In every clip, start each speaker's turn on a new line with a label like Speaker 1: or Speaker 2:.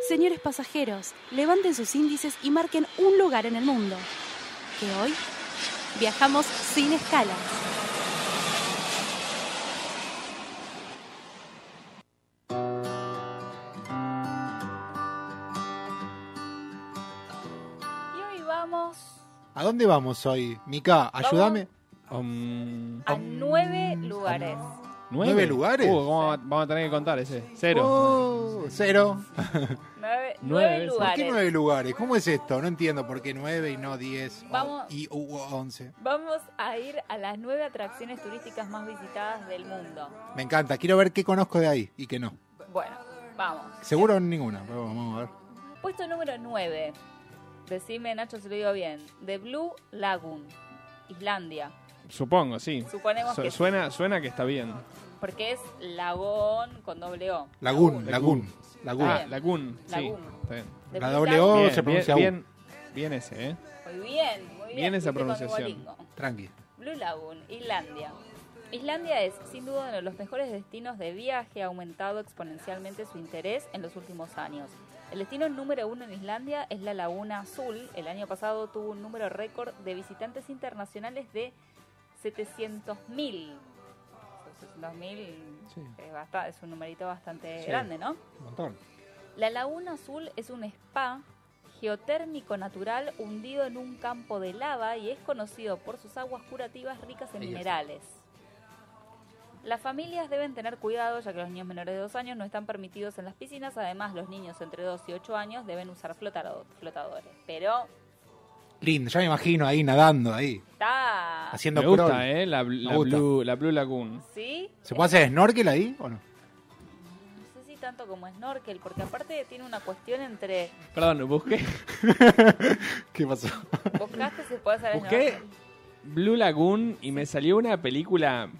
Speaker 1: Señores pasajeros, levanten sus índices y marquen un lugar en el mundo. Que hoy viajamos sin escalas.
Speaker 2: Y hoy vamos
Speaker 3: ¿A dónde vamos hoy? Mica, ayúdame.
Speaker 4: Um,
Speaker 2: a nueve lugares.
Speaker 3: ¿Nueve lugares?
Speaker 4: Uh, vamos, a, vamos a tener que contar ese. Cero.
Speaker 3: Oh, cero.
Speaker 2: Nueve, nueve
Speaker 4: Nueve, ¿por
Speaker 3: ¿Por
Speaker 2: lugares.
Speaker 3: qué nueve lugares? ¿Cómo es esto? No entiendo por qué nueve y no diez o-
Speaker 2: Vamos.
Speaker 3: y u- u- once.
Speaker 2: Vamos a ir a las nueve atracciones turísticas más visitadas del mundo.
Speaker 3: Me encanta, quiero ver qué conozco de ahí y qué no.
Speaker 2: Bueno, vamos.
Speaker 3: Seguro ninguna, pero vamos a ver.
Speaker 2: Puesto número 9. Decime, Nacho, si lo digo bien. The Blue Lagoon, Islandia.
Speaker 4: Supongo, sí.
Speaker 2: Suponemos
Speaker 4: Su-
Speaker 2: que sí.
Speaker 4: suena, suena que está bien.
Speaker 2: Porque es lagón con doble O.
Speaker 3: Lagún, lagún, lagún.
Speaker 4: Ah, Lagoon. Sí,
Speaker 2: Lagoon.
Speaker 4: está bien.
Speaker 2: The
Speaker 3: La
Speaker 2: Blue
Speaker 3: doble
Speaker 2: Lagoon.
Speaker 3: O.
Speaker 4: Bien,
Speaker 3: se pronuncia
Speaker 4: bien, bien- bien ese, ¿eh?
Speaker 2: Muy bien, muy bien.
Speaker 4: Bien esa
Speaker 2: Fuiste con
Speaker 4: pronunciación.
Speaker 2: Duolingo.
Speaker 3: Tranqui.
Speaker 2: Blue Lagoon, Islandia. Islandia es, sin duda, uno de los mejores destinos de viaje. Ha aumentado exponencialmente su interés en los últimos años. El destino número uno en Islandia es la Laguna Azul. El año pasado tuvo un número récord de visitantes internacionales de 700.000. 700.000
Speaker 4: Sí.
Speaker 2: es, basta- es un numerito bastante
Speaker 3: Sí.
Speaker 2: grande, ¿no?
Speaker 3: Un montón.
Speaker 2: La Laguna Azul es un spa geotérmico natural hundido en un campo de lava y es conocido por sus aguas curativas ricas en
Speaker 3: Ahí está.
Speaker 2: minerales. Las familias deben tener cuidado ya que los niños menores de 2 años no están permitidos en las piscinas, además los niños entre 2 y 8 años deben usar flotado- flotadores. Pero
Speaker 3: Lindo, ya me imagino ahí nadando, ahí,
Speaker 2: está...
Speaker 3: haciendo
Speaker 4: Me gusta,
Speaker 3: crawl.
Speaker 4: ¿eh? La, la
Speaker 3: gusta.
Speaker 4: Blue, la Blue Lagoon.
Speaker 2: ¿Sí?
Speaker 3: ¿Se puede hacer snorkel ahí o no?
Speaker 2: No sé si tanto como snorkel, porque aparte tiene una cuestión entre...
Speaker 4: Perdón, busqué,
Speaker 3: ¿Qué pasó?
Speaker 2: ¿Buscaste si puede hacer
Speaker 4: busqué
Speaker 2: snorkel?
Speaker 4: Blue Lagoon y me salió una película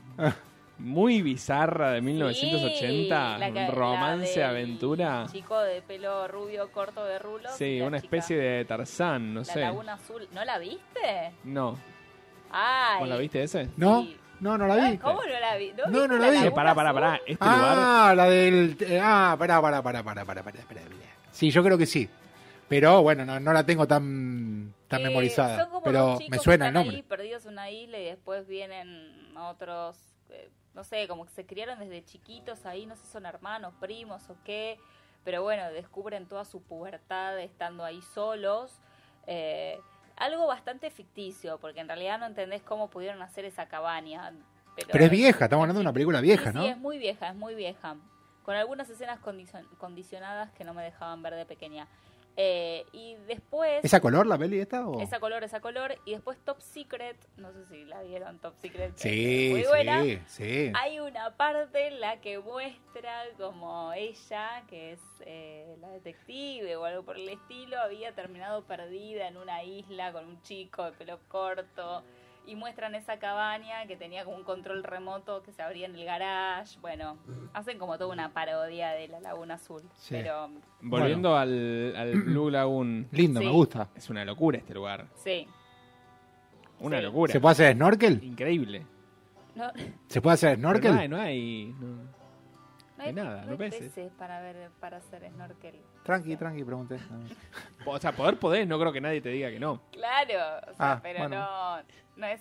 Speaker 4: muy bizarra de 1980.
Speaker 2: Sí, la que-
Speaker 4: romance,
Speaker 2: la del
Speaker 4: aventura.
Speaker 2: Chico de pelo rubio corto de rulo.
Speaker 4: Sí, una especie de Tarzán, no
Speaker 2: La
Speaker 4: sé.
Speaker 2: laguna azul. ¿No la viste?
Speaker 4: No.
Speaker 2: Ay.
Speaker 4: ¿Vos la viste ese?
Speaker 3: ¿No,
Speaker 2: Sí.
Speaker 3: no, no la
Speaker 2: Ay,
Speaker 3: vi.
Speaker 2: ¿Cómo no la vi? No,
Speaker 3: No,
Speaker 2: viste
Speaker 3: no la vi.
Speaker 4: Che,
Speaker 2: Laguna
Speaker 4: Eh, pará, pará, pará.
Speaker 2: Azul?
Speaker 4: Este lugar.
Speaker 3: Ah, la del. eh, ah, pará, pará, pará, pará, pará, pará, pará, pará. Sí, yo creo que sí. Pero bueno, no, no la tengo tan, tan
Speaker 2: Eh, son
Speaker 3: memorizada.
Speaker 2: como dos
Speaker 3: Pero
Speaker 2: chicos
Speaker 3: me
Speaker 2: que
Speaker 3: suena el
Speaker 2: están
Speaker 3: nombre.
Speaker 2: Ahí, perdidos en una isla y después vienen otros. eh, no sé, como que se criaron desde chiquitos ahí. No sé si son hermanos, primos o qué. Pero bueno, descubren toda su pubertad estando ahí solos. Eh, algo bastante ficticio, porque en realidad no entendés cómo pudieron hacer esa cabaña. Pero,
Speaker 3: Pero es vieja, estamos hablando de una película
Speaker 2: Sí,
Speaker 3: vieja,
Speaker 2: sí,
Speaker 3: ¿no?
Speaker 2: es muy vieja, es muy vieja. Con algunas escenas condicion- condicionadas que no me dejaban ver de pequeña. Eh, y después.
Speaker 3: ¿Es a color la peli esta? O?
Speaker 2: Esa color, esa color. Y después Top Secret, no sé si la vieron, Top Secret. que es
Speaker 3: Sí,
Speaker 2: muy buena.
Speaker 3: sí, sí.
Speaker 2: Hay una parte en la que muestra como ella, que es eh, la detective o algo por el estilo, había terminado perdida en una isla con un chico de pelo corto. Y muestran esa cabaña que tenía como un control remoto que se abría en el garage. Bueno, hacen como toda una parodia de la Laguna Azul.
Speaker 3: Sí.
Speaker 2: Pero
Speaker 4: Volviendo al, al Blue Lagoon.
Speaker 3: Lindo, me
Speaker 2: Sí.
Speaker 3: gusta.
Speaker 4: Es una locura este lugar.
Speaker 2: sí.
Speaker 4: Una
Speaker 2: Sí.
Speaker 4: locura.
Speaker 3: ¿Se puede hacer snorkel?
Speaker 4: Increíble.
Speaker 2: No,
Speaker 3: ¿Se puede hacer
Speaker 4: Pero
Speaker 3: snorkel?
Speaker 4: No hay, no hay. no-
Speaker 2: No hay,
Speaker 4: De nada,
Speaker 2: no
Speaker 4: no
Speaker 2: hay
Speaker 4: peces.
Speaker 2: peces para ver para hacer snorkel.
Speaker 3: Tranqui, tranqui, pregunté.
Speaker 4: O sea, poder podés, no creo que nadie te diga que no.
Speaker 2: Claro, o sea,
Speaker 3: Ah,
Speaker 2: pero
Speaker 3: bueno.
Speaker 2: no, no es,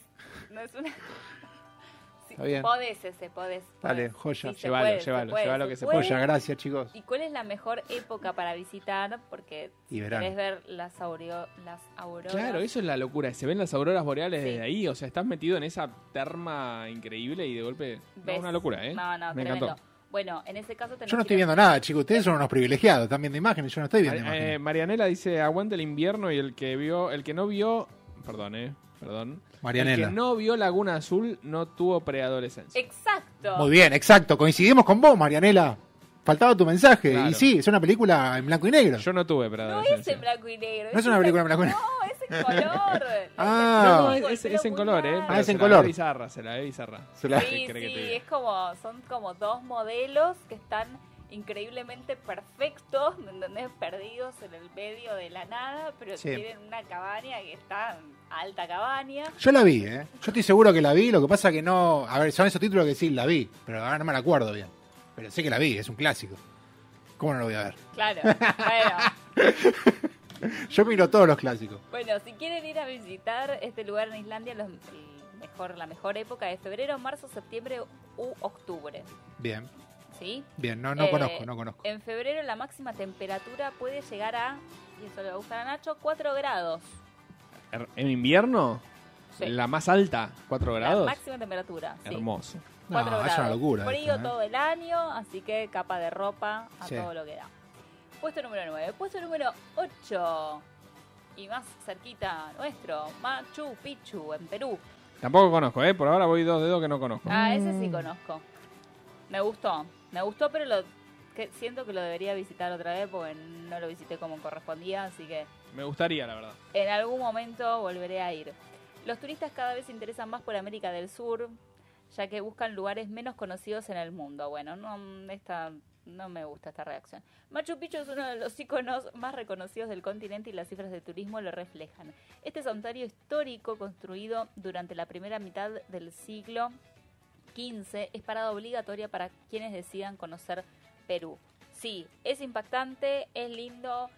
Speaker 2: no es una. Sí,
Speaker 3: Está bien.
Speaker 2: Podés ese, podés.
Speaker 3: Dale,
Speaker 2: podés.
Speaker 3: joya.
Speaker 2: se
Speaker 4: Llévalo,
Speaker 2: puede, se
Speaker 4: llévalo,
Speaker 2: puede,
Speaker 4: llévalo que se
Speaker 2: puede.
Speaker 3: Oye, gracias, chicos.
Speaker 2: ¿Y cuál es la mejor época para visitar? Porque
Speaker 3: Y
Speaker 2: si
Speaker 3: verano.
Speaker 2: querés ver las, aureo- las auroras.
Speaker 4: Claro, eso es la locura. Se ven las auroras boreales
Speaker 2: Sí.
Speaker 4: desde ahí. O sea, estás metido en esa terma increíble y de golpe. no,
Speaker 2: ves-
Speaker 4: una locura, ¿eh?
Speaker 2: No, no,
Speaker 4: Me
Speaker 2: tremendo.
Speaker 4: encantó.
Speaker 2: Bueno, en ese caso tenés
Speaker 3: Yo no
Speaker 2: que
Speaker 3: estoy
Speaker 2: ir a-
Speaker 3: viendo nada, chicos. Ustedes son unos privilegiados. Están viendo imágenes. Yo no estoy viendo
Speaker 4: Mar- eh,
Speaker 3: imágenes.
Speaker 4: Marianela dice: aguante el invierno y el que vio, el que no vio. Perdón, ¿eh? Perdón. El
Speaker 3: Marianela.
Speaker 4: que no vio Laguna Azul no tuvo preadolescencia.
Speaker 2: Exacto.
Speaker 3: Muy bien, exacto. Coincidimos con vos, Marianela. Faltaba tu mensaje.
Speaker 4: Claro.
Speaker 3: Y sí, es una película en blanco y negro.
Speaker 4: Yo no
Speaker 2: No
Speaker 4: tuve
Speaker 2: es
Speaker 4: preadolescencia.
Speaker 2: en blanco y negro.
Speaker 3: No es una película en blanco y negro.
Speaker 2: No, es en color.
Speaker 3: Ah.
Speaker 4: No, es, es- es en color, ¿eh?
Speaker 2: Ah,
Speaker 4: pero
Speaker 3: es
Speaker 4: se
Speaker 3: en
Speaker 4: la
Speaker 3: color.
Speaker 4: ve bizarra, se la ve bizarra.
Speaker 3: Se la-
Speaker 2: Sí,
Speaker 4: ¿Qué querés que te
Speaker 2: sí,
Speaker 4: diga?
Speaker 2: es como, son como dos modelos que están increíblemente perfectos, ¿me entendés? Perdidos en el medio de la nada, pero
Speaker 3: Sí.
Speaker 2: tienen una cabaña que está alta cabaña.
Speaker 3: Yo la vi, ¿eh? Yo estoy seguro que la vi. Lo que pasa que no. A ver, son esos títulos que sí, la vi. Pero ahora no me la acuerdo bien. Pero sé que la vi, es un clásico. ¿Cómo no lo voy a ver?
Speaker 2: Claro, bueno.
Speaker 3: Yo miro todos los clásicos.
Speaker 2: Bueno, si quieren ir a visitar este lugar en Islandia, los- el mejor, la mejor época es febrero, marzo, septiembre u octubre.
Speaker 3: Bien,
Speaker 2: ¿Sí?
Speaker 3: bien. No, no
Speaker 2: Eh,
Speaker 3: conozco, no conozco.
Speaker 2: En febrero la máxima temperatura puede llegar a, y eso le va a gustar a Nacho, 4 grados.
Speaker 4: Er- ¿En invierno?
Speaker 2: Sí.
Speaker 4: La más alta, 4
Speaker 2: La
Speaker 4: grados.
Speaker 2: máxima temperatura. sí.
Speaker 4: Hermoso.
Speaker 3: No,
Speaker 2: Cuatro
Speaker 3: es una
Speaker 2: grados.
Speaker 3: locura
Speaker 2: Frío
Speaker 3: esto, ¿eh?
Speaker 2: todo el año, así que capa de ropa a
Speaker 3: Sí.
Speaker 2: todo lo que da. Puesto número 9. Puesto número 8. Y más cerquita nuestro, Machu Picchu, en Perú.
Speaker 4: Tampoco conozco, ¿eh? Por ahora voy dos dedos que no conozco.
Speaker 2: Ah, ese
Speaker 3: Mm.
Speaker 2: sí conozco. Me gustó. Me gustó, pero lo que siento que lo debería visitar otra vez porque no lo visité como correspondía, así que
Speaker 4: Me gustaría, la verdad.
Speaker 2: en algún momento volveré a ir. Los turistas cada vez se interesan más por América del Sur, ya que buscan lugares menos conocidos en el mundo. Bueno, no, esta, no me gusta esta reacción. Machu Picchu es uno de los iconos más reconocidos del continente y las cifras de turismo lo reflejan. Este santuario histórico, construido durante la primera mitad del siglo XV, es parada obligatoria para quienes decidan conocer Perú. Sí, es impactante, es lindo.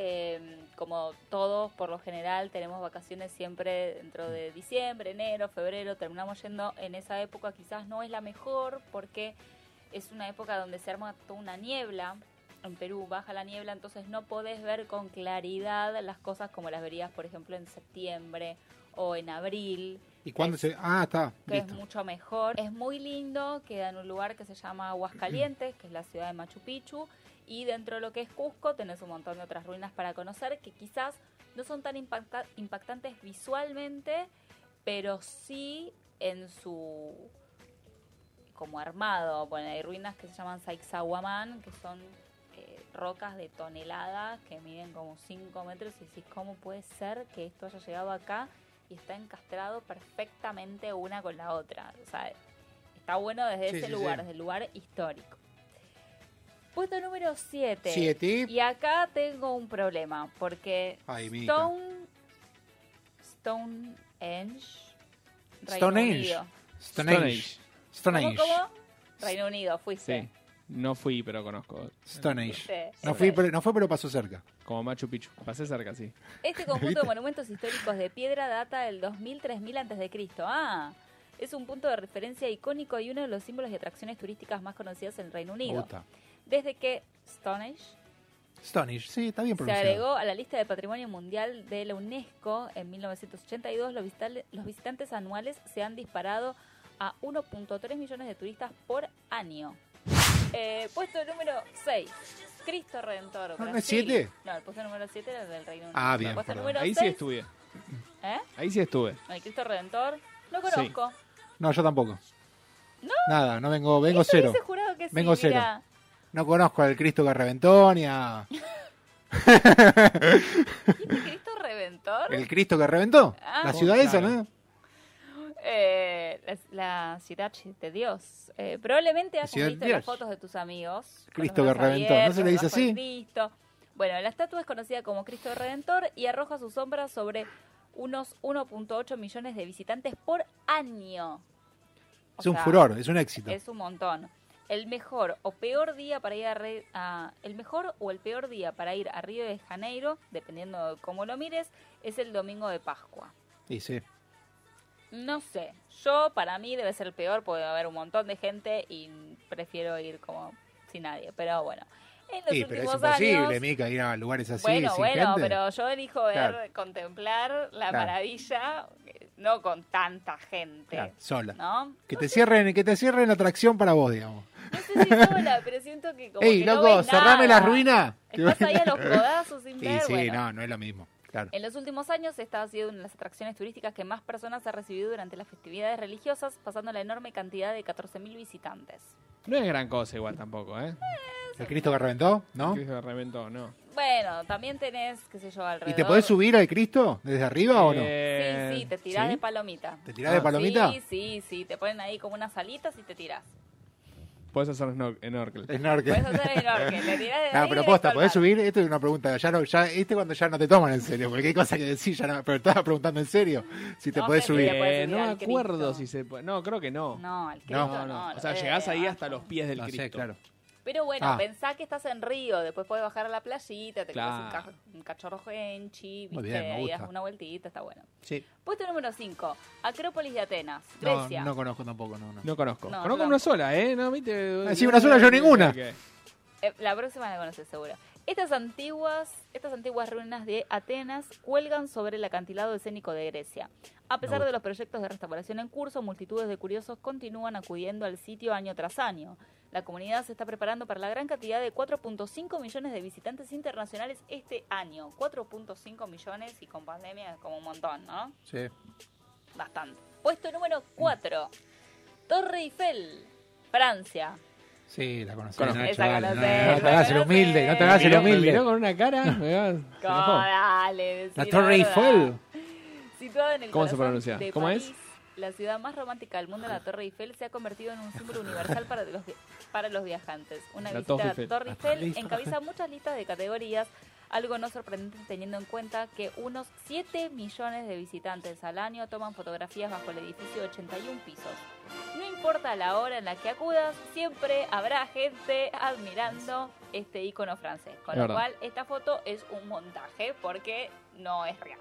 Speaker 2: eh, como todos, por lo general, tenemos vacaciones siempre dentro de diciembre, enero, febrero. Terminamos yendo en esa época, quizás no es la mejor porque es una época donde se arma toda una niebla. En Perú baja la niebla, entonces no podés ver con claridad las cosas como las verías, por ejemplo, en septiembre o en abril
Speaker 3: ¿Y cuándo
Speaker 2: es-
Speaker 3: se.? Ah, está,
Speaker 2: que
Speaker 3: listo.
Speaker 2: es mucho mejor. Es muy lindo, queda en un lugar que se llama Aguascalientes, que es la ciudad de Machu Picchu, y dentro de lo que es Cusco tenés un montón de otras ruinas para conocer que quizás no son tan impacta- impactantes visualmente, pero sí en su como armado. Bueno, hay ruinas que se llaman Saixahuamán, que son eh, rocas de toneladas que miden como 5 metros y decís, ¿cómo puede ser que esto haya llegado acá y está encastrado perfectamente una con la otra? O sea, está bueno desde
Speaker 3: Sí,
Speaker 2: ese
Speaker 3: sí,
Speaker 2: lugar,
Speaker 3: sí.
Speaker 2: desde el lugar histórico. Puesto número 7.
Speaker 3: Siete.
Speaker 2: Y acá tengo un problema, porque
Speaker 3: Ay, mica.
Speaker 2: Stone... Stonehenge... Reino
Speaker 3: Stonehenge.
Speaker 2: Unido.
Speaker 3: Stone
Speaker 4: Stone
Speaker 3: Age. Stone
Speaker 2: ¿Cómo,
Speaker 3: Age.
Speaker 2: cómo? Reino Unido, fuiste.
Speaker 4: Sí. No fui, pero conozco.
Speaker 3: Stone Age.
Speaker 2: Fuiste.
Speaker 3: No
Speaker 2: Eso
Speaker 3: fui,
Speaker 2: es.
Speaker 3: pero, no fue, pero pasó cerca.
Speaker 4: Como Machu Picchu. Pasé cerca, sí.
Speaker 2: Este conjunto de monumentos históricos de piedra data del 2000-3000 a.C. Ah, es un punto de referencia icónico y uno de los símbolos y atracciones turísticas más conocidas en el Reino
Speaker 3: Me
Speaker 2: Unido.
Speaker 3: gusta.
Speaker 2: Desde que Stonehenge
Speaker 3: Stone Age, sí, está bien
Speaker 2: se
Speaker 3: pronunciado.
Speaker 2: agregó a la lista de patrimonio mundial de la UNESCO en 1982, los, visitale- los visitantes anuales se han disparado a 1.3 millones de turistas por año. Eh, puesto número 6. Cristo Redentor.
Speaker 3: Ah, ¿No es
Speaker 2: Brasil.
Speaker 3: siete?
Speaker 2: No, el puesto número 7 era el del Reino Unido.
Speaker 3: Ah, bien,
Speaker 2: Puesto
Speaker 3: perdón.
Speaker 2: número
Speaker 4: Ahí sí
Speaker 2: seis,
Speaker 4: estuve.
Speaker 2: ¿eh?
Speaker 4: Ahí sí estuve.
Speaker 2: No, El Cristo Redentor. No conozco.
Speaker 3: No, yo tampoco.
Speaker 2: No.
Speaker 3: Nada, no vengo, vengo
Speaker 2: Esto
Speaker 3: cero.
Speaker 2: hubiese jurado que sí,
Speaker 3: Vengo cero.
Speaker 2: mirá.
Speaker 3: No conozco al Cristo que reventó ni a.
Speaker 2: ¿Viste Cristo Redentor?
Speaker 3: ¿El Cristo que reventó?
Speaker 2: Ah.
Speaker 3: la ciudad esa, ¿no?
Speaker 2: Eh, la, la ciudad de Dios. Eh, probablemente has
Speaker 3: ciudad
Speaker 2: visto
Speaker 3: de
Speaker 2: las
Speaker 3: Dios.
Speaker 2: fotos de tus amigos. con
Speaker 3: Cristo
Speaker 2: los
Speaker 3: que
Speaker 2: brazos
Speaker 3: reventó, ¿no se le dice
Speaker 2: abiertos,
Speaker 3: así?
Speaker 2: bajo el Cristo. Bueno, la estatua es conocida como Cristo Redentor y arroja su sombra sobre unos 1.8 millones de visitantes por año. O
Speaker 3: Es un
Speaker 2: sea,
Speaker 3: furor, es un éxito.
Speaker 2: Es un montón. El mejor o peor día para ir a, Re- a- el mejor o el peor día para ir a Río de Janeiro, dependiendo de cómo lo mires, es el domingo de Pascua.
Speaker 3: Y sí.
Speaker 2: No sé, yo para mí debe ser el peor porque va a haber un montón de gente y prefiero ir como sin nadie, pero bueno. En los
Speaker 3: Sí, pero es
Speaker 2: últimos
Speaker 3: imposible,
Speaker 2: años-
Speaker 3: Mica, ir a lugares así
Speaker 2: bueno,
Speaker 3: sin
Speaker 2: bueno,
Speaker 3: gente.
Speaker 2: pero yo elijo ver,
Speaker 3: Claro.
Speaker 2: contemplar la
Speaker 3: Claro.
Speaker 2: maravilla, eh, no con tanta gente,
Speaker 3: Claro, sola.
Speaker 2: eh, ¿no?
Speaker 3: Que te cierren, que te cierren la atracción para vos, digamos.
Speaker 2: No sé si sola, pero siento que como
Speaker 3: Ey,
Speaker 2: que
Speaker 3: loco,
Speaker 2: no ves
Speaker 3: cerrame
Speaker 2: nada.
Speaker 3: la ruina.
Speaker 2: Estás ahí a los codazos sin
Speaker 3: Y
Speaker 2: ver,
Speaker 3: sí,
Speaker 2: bueno.
Speaker 3: no, no es lo mismo. Claro.
Speaker 2: En los últimos años, esta ha sido una de las atracciones turísticas que más personas ha recibido durante las festividades religiosas, pasando la enorme cantidad de 14.000 visitantes.
Speaker 4: No es gran cosa igual tampoco, ¿eh?
Speaker 3: El Cristo que reventó, ¿no?
Speaker 4: Cristo que reventó, no.
Speaker 2: Bueno, también tenés, qué sé yo, alrededor...
Speaker 3: ¿Y te podés subir al Cristo desde arriba o no?
Speaker 4: Eh,
Speaker 2: Sí, sí, te tirás
Speaker 3: ¿sí?
Speaker 2: de palomita.
Speaker 3: ¿Te tirás de
Speaker 4: Ah.
Speaker 3: palomita?
Speaker 2: Sí, sí, sí, te ponen ahí como unas alitas y te tirás.
Speaker 4: Podés hacer snor- snorkel.
Speaker 3: Snorkel.
Speaker 2: Podés hacer enorme, te tirás de
Speaker 3: Ah,
Speaker 2: ahí
Speaker 3: pero
Speaker 2: y
Speaker 3: posta,
Speaker 2: al
Speaker 3: ¿podés
Speaker 2: mar.
Speaker 3: subir? Esto es una pregunta. Ya no, ya, este cuando ya no te toman en serio, porque hay cosas que decís, ya no, pero estaba preguntando en serio si te
Speaker 2: No
Speaker 3: podés
Speaker 2: sé,
Speaker 3: subir.
Speaker 2: mira, podés
Speaker 4: Eh,
Speaker 2: subir
Speaker 4: no me
Speaker 2: al Cristo.
Speaker 4: acuerdo si se puede. No, creo que no.
Speaker 2: No, al Cristo no.
Speaker 4: no, no. O
Speaker 2: lo
Speaker 4: sea,
Speaker 2: debe
Speaker 4: llegás ahí
Speaker 2: abajo.
Speaker 4: hasta los pies del
Speaker 3: No sé,
Speaker 4: Cristo.
Speaker 3: claro.
Speaker 2: Pero bueno,
Speaker 3: Ah.
Speaker 2: pensá que estás en Río, después puedes bajar a la playita, te
Speaker 4: Claro.
Speaker 2: comes un, ca- un cachorro genchi,
Speaker 3: Muy
Speaker 2: viste,
Speaker 3: bien, me
Speaker 2: y das
Speaker 3: gusta.
Speaker 2: una vueltita, está bueno.
Speaker 3: Sí.
Speaker 2: Puesto número 5, Acrópolis de Atenas,
Speaker 3: No,
Speaker 2: Grecia.
Speaker 3: no conozco tampoco, no, no.
Speaker 4: No conozco.
Speaker 2: No,
Speaker 4: conozco
Speaker 2: no.
Speaker 4: una sola, ¿eh? No, viste.
Speaker 3: Ah, sí, una sola, yo ninguna.
Speaker 4: Ok.
Speaker 2: Eh, la próxima la conoces seguro. Estas antiguas, estas antiguas ruinas de Atenas cuelgan sobre el acantilado escénico de Grecia. A pesar
Speaker 3: No.
Speaker 2: de los proyectos de restauración en curso, multitudes de curiosos continúan acudiendo al sitio año tras año. La comunidad se está preparando para la gran cantidad de 4.5 millones de visitantes internacionales este año. 4.5 millones y con pandemia es como un montón, ¿no?
Speaker 3: Sí.
Speaker 2: Bastante. Puesto número 4. Torre Eiffel, Francia.
Speaker 3: Sí, la conocí.
Speaker 4: Conozco.
Speaker 3: Nacho,
Speaker 2: Esa
Speaker 3: dale, no, no,
Speaker 2: conocés,
Speaker 3: no te hagas el
Speaker 2: la
Speaker 3: humilde, no te
Speaker 2: conocés.
Speaker 3: hagas el
Speaker 4: Miró- me
Speaker 3: humilde.
Speaker 4: miró con una cara. me va- se enojó.
Speaker 2: Co- dale,
Speaker 3: La
Speaker 2: decí
Speaker 3: Torre
Speaker 2: verdad.
Speaker 3: Eiffel.
Speaker 2: Situada en el
Speaker 4: ¿Cómo se
Speaker 2: corazón
Speaker 4: pronuncia?
Speaker 2: de
Speaker 4: ¿Cómo
Speaker 2: París,
Speaker 4: es?
Speaker 2: La ciudad más romántica del mundo, la Torre Eiffel, se ha convertido en un símbolo universal para los, vi- para los viajantes. Una
Speaker 4: La
Speaker 2: visita
Speaker 4: Torre
Speaker 2: a
Speaker 4: Eiffel. Ah,
Speaker 2: Torre
Speaker 3: La Torre
Speaker 2: Eiffel
Speaker 3: Eiffel.
Speaker 2: encabeza muchas listas de categorías, algo no sorprendente teniendo en cuenta que unos 7 millones de visitantes al año toman fotografías bajo el edificio de 81 pisos. No importa la hora en la que acudas, siempre habrá gente admirando este icono francés. Con
Speaker 4: Es
Speaker 2: lo
Speaker 4: verdad.
Speaker 2: cual, esta foto es un montaje porque no es real.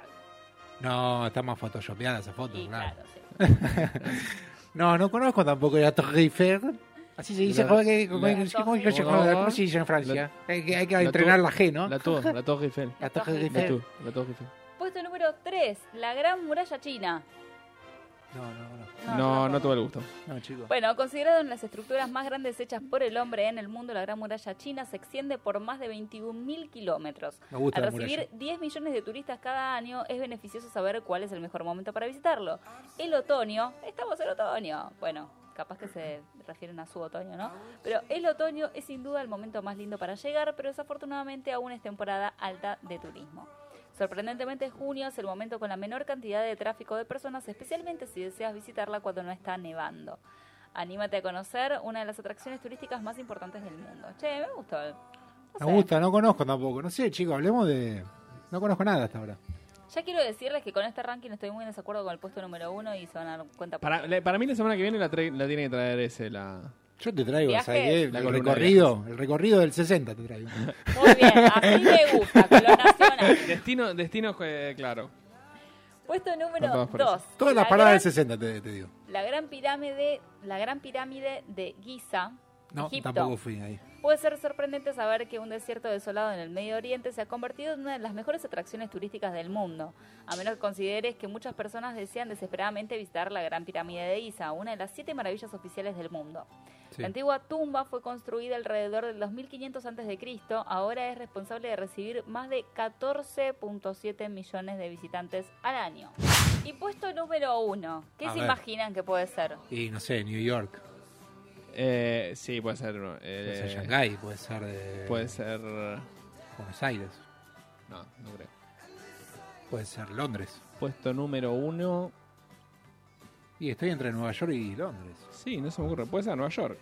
Speaker 3: No, está más photoshopeada esa foto,
Speaker 2: Y
Speaker 3: claro.
Speaker 2: claro, sí.
Speaker 3: No, no conozco tampoco la Torre Eiffel. Así se dice,
Speaker 4: La-
Speaker 3: ¿cómo que- cómo
Speaker 4: la-
Speaker 3: que- cómo que-
Speaker 4: la-
Speaker 3: cómo- ¿cómo se dice en Francia? Hay que, hay que
Speaker 4: la-
Speaker 3: entrenar la G, ¿no?
Speaker 4: La Tour, la Torre Eiffel.
Speaker 3: La Torre
Speaker 4: La
Speaker 3: Eiffel.
Speaker 4: Tour, la Torre Eiffel.
Speaker 2: Puesto número 3, la Gran Muralla China.
Speaker 3: No, no, no.
Speaker 4: No, no
Speaker 2: tampoco.
Speaker 4: tuve el gusto.
Speaker 3: No, chicos.
Speaker 2: Bueno, considerado una de las estructuras más grandes hechas por el hombre en el mundo, la Gran Muralla China se extiende por más de 21.000 kilómetros.
Speaker 3: Me gusta
Speaker 2: Al
Speaker 3: la muralla.
Speaker 2: recibir 10 millones de turistas cada año, es beneficioso saber cuál es el mejor momento para visitarlo. El otoño, estamos en otoño. Bueno, capaz que se refieren a su otoño, ¿no? Pero el otoño es sin duda el momento más lindo para llegar, pero desafortunadamente aún es temporada alta de turismo. Sorprendentemente, junio es el momento con la menor cantidad de tráfico de personas, especialmente si deseas visitarla cuando no está nevando. Anímate a conocer una de las atracciones turísticas más importantes del mundo. Che, me gustó. No
Speaker 3: Me
Speaker 2: sé.
Speaker 3: gusta, no conozco tampoco. No sé, chicos, hablemos de. No conozco nada hasta ahora.
Speaker 2: Ya quiero decirles que con este ranking estoy muy en desacuerdo con el puesto número uno y se van a dar cuenta. por
Speaker 4: Para,
Speaker 2: qué.
Speaker 4: le- para mí la semana que viene la, trae- la tiene que traer ese, la...
Speaker 3: Yo te traigo,
Speaker 2: Viajes.
Speaker 3: ¿sabes qué?
Speaker 4: La
Speaker 3: El
Speaker 4: columna de
Speaker 3: recorrido, el recorrido del 60 te traigo.
Speaker 2: Muy bien, así me gusta, con lo nacional.
Speaker 4: Destino, destino eh, claro.
Speaker 2: Puesto número
Speaker 4: No, todas por
Speaker 2: dos.
Speaker 3: Todas las
Speaker 2: la
Speaker 3: paradas del
Speaker 2: gran,
Speaker 3: 60 te, te digo.
Speaker 2: la gran pirámide, la gran pirámide de Giza,
Speaker 3: No,
Speaker 2: Egipto.
Speaker 3: tampoco fui ahí.
Speaker 2: Puede ser sorprendente saber que un desierto desolado en el Medio Oriente se ha convertido en una de las mejores atracciones turísticas del mundo, a menos que consideres que muchas personas desean desesperadamente visitar la Gran Pirámide de Giza, una de las siete maravillas oficiales del mundo.
Speaker 3: Sí.
Speaker 2: La antigua tumba fue construida alrededor del 2500 a.C., ahora es responsable de recibir más de 14.7 millones de visitantes al año. Y puesto número uno, ¿qué
Speaker 3: A
Speaker 2: se
Speaker 3: ver.
Speaker 2: imaginan que puede ser?
Speaker 3: Y no sé, New York,
Speaker 4: Eh, sí, puede ser...
Speaker 3: puede ser
Speaker 4: Eh, pues.
Speaker 3: Shanghái, puede ser de
Speaker 4: puede ser... No,
Speaker 3: Buenos Aires,
Speaker 4: no creo.
Speaker 3: puede ser Londres.
Speaker 4: Puesto número uno...
Speaker 3: Y estoy entre Nueva York y Londres.
Speaker 4: Sí, no se me ocurre. Puede ser Nueva York.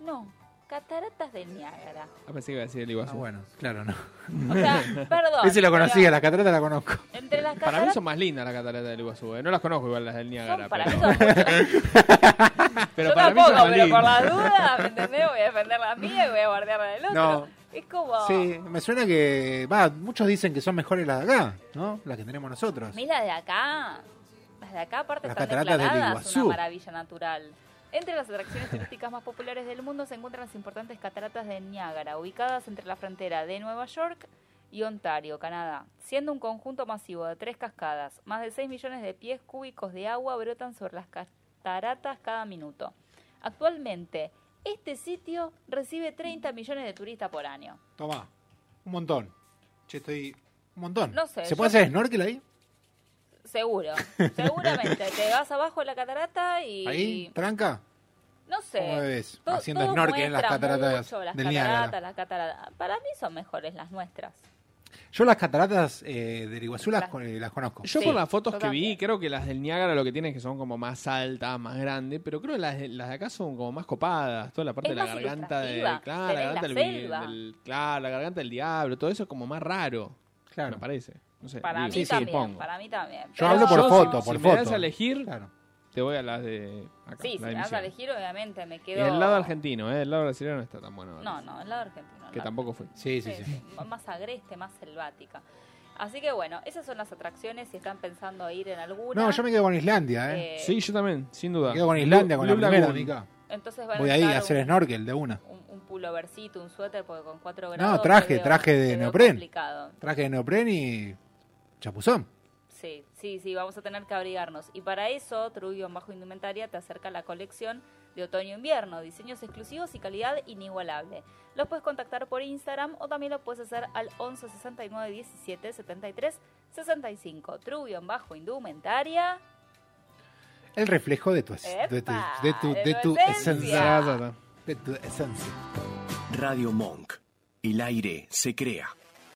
Speaker 2: No, cataratas del Niágara.
Speaker 4: Ah, pensé que iba a decir el
Speaker 3: Ah,
Speaker 4: Iguazú.
Speaker 3: bueno, claro, no.
Speaker 2: O sea, perdón.
Speaker 3: Ese lo conocía,
Speaker 2: pero
Speaker 3: la catarata la conozco.
Speaker 2: Entre las
Speaker 4: Para mí
Speaker 2: cataratas
Speaker 4: son más lindas las cataratas del Iguazú. eh. No las conozco igual las del Niágara.
Speaker 2: son para mí
Speaker 4: pero,
Speaker 2: son
Speaker 4: pero
Speaker 2: Yo
Speaker 4: para mí
Speaker 2: tampoco,
Speaker 4: son más
Speaker 2: pero por la
Speaker 4: lindas.
Speaker 2: duda, ¿me entendés? Voy a defender la mía y voy a guardar la del otro.
Speaker 3: No.
Speaker 2: Es como.
Speaker 3: Sí, me suena que. Va, muchos dicen que son mejores las de acá, ¿no? Las que tenemos nosotros.
Speaker 2: A mí las de acá. Las de acá, aparte,
Speaker 3: Las
Speaker 2: están
Speaker 3: cataratas del
Speaker 2: declaradas
Speaker 3: Iguazú.
Speaker 2: una maravilla natural. Entre las atracciones turísticas más populares del mundo se encuentran las importantes cataratas de Niágara, ubicadas entre la frontera de Nueva York y Ontario, Canadá. Siendo un conjunto masivo de tres cascadas, más de 6 millones de pies cúbicos de agua brotan sobre las cataratas cada minuto. Actualmente, este sitio recibe 30 millones de turistas por año.
Speaker 3: Tomá, un montón. Che, estoy. Un montón.
Speaker 2: No sé,
Speaker 3: ¿Se
Speaker 2: yo-
Speaker 3: puede hacer snorkel ahí?
Speaker 2: Seguro, seguramente. Te vas abajo de la catarata y...
Speaker 3: ¿Ahí? ¿Tranca?
Speaker 2: No sé.
Speaker 3: ¿Cómo ves?
Speaker 2: To-
Speaker 3: Haciendo
Speaker 2: todo
Speaker 3: snorkel en las
Speaker 2: muestra
Speaker 3: cataratas
Speaker 2: mucho, las
Speaker 3: del
Speaker 2: cataratas,
Speaker 3: Niágara.
Speaker 2: las cataratas. Para mí son mejores las nuestras.
Speaker 3: Yo las cataratas eh, del Iguazú las,
Speaker 2: Las-
Speaker 3: con- eh, las conozco.
Speaker 4: Yo
Speaker 2: Sí,
Speaker 4: por las fotos
Speaker 2: yo
Speaker 4: que vi,
Speaker 2: también.
Speaker 4: creo que las del Niágara lo que tienen es que son como más altas, más grandes, pero creo que las de, las de acá son como más copadas, toda la parte
Speaker 2: Es
Speaker 4: de la
Speaker 2: más
Speaker 4: garganta de,
Speaker 2: ilustrativa,
Speaker 4: claro,
Speaker 2: tenés
Speaker 4: la garganta
Speaker 2: la
Speaker 4: del, vi-
Speaker 2: selva.
Speaker 4: del- claro, la garganta del diablo, todo eso es como más raro, me
Speaker 3: Claro.
Speaker 4: parece. No sé,
Speaker 2: Para
Speaker 4: digo,
Speaker 2: mí
Speaker 4: sí,
Speaker 2: también,
Speaker 4: supongo.
Speaker 2: para mí también.
Speaker 3: Yo hablo por
Speaker 4: Yo,
Speaker 3: foto,
Speaker 4: si-
Speaker 3: por
Speaker 4: si me
Speaker 3: foto.
Speaker 4: das a elegir,
Speaker 3: Claro.
Speaker 4: te te voy a las de acá.
Speaker 2: Sí, si
Speaker 4: la
Speaker 2: me vas
Speaker 4: de
Speaker 2: a
Speaker 4: Misiones.
Speaker 2: elegir, obviamente me
Speaker 4: Y
Speaker 2: quedo.
Speaker 4: El lado argentino, ¿eh? El lado brasileño no está tan bueno.
Speaker 2: No, no, el lado argentino.
Speaker 4: Que
Speaker 2: no.
Speaker 4: tampoco fui.
Speaker 5: Sí, sí,
Speaker 2: Sí,
Speaker 5: sí.
Speaker 2: m- Más agreste, más selvática. Así que bueno, esas son las atracciones. Si están pensando ir en alguna.
Speaker 5: No, yo me quedo con Islandia, ¿eh?
Speaker 2: eh,
Speaker 4: Sí, yo también, sin duda.
Speaker 5: me quedo con Islandia, con la
Speaker 4: Blue
Speaker 5: primera,
Speaker 4: Lagoon.
Speaker 5: Mica.
Speaker 2: Entonces van
Speaker 5: Voy
Speaker 2: a
Speaker 5: ahí
Speaker 2: usar
Speaker 5: a hacer snorkel de una.
Speaker 2: un, un pulovercito, un suéter, porque con 4
Speaker 5: No,
Speaker 2: grados. te
Speaker 5: traje,
Speaker 2: veo-
Speaker 5: traje de
Speaker 2: te veo
Speaker 5: neopren.
Speaker 2: complicado.
Speaker 5: Traje de neopren y chapuzón.
Speaker 2: Sí, sí, sí, vamos a tener que abrigarnos. Y para eso, Trubio Bajo Indumentaria te acerca la colección de otoño-invierno, diseños exclusivos y calidad inigualable. Los puedes contactar por Instagram o también lo puedes hacer al 11 69 17 73 65. Trubio Bajo Indumentaria.
Speaker 5: El reflejo de tu, es- de tu,
Speaker 2: ¡Epa!
Speaker 5: de tu,
Speaker 2: De
Speaker 5: de
Speaker 2: tu
Speaker 5: tu
Speaker 2: esencia.
Speaker 5: esencia.
Speaker 4: Ya, ya, ya.
Speaker 5: De tu esencia.
Speaker 6: Radio Monk. El aire se crea.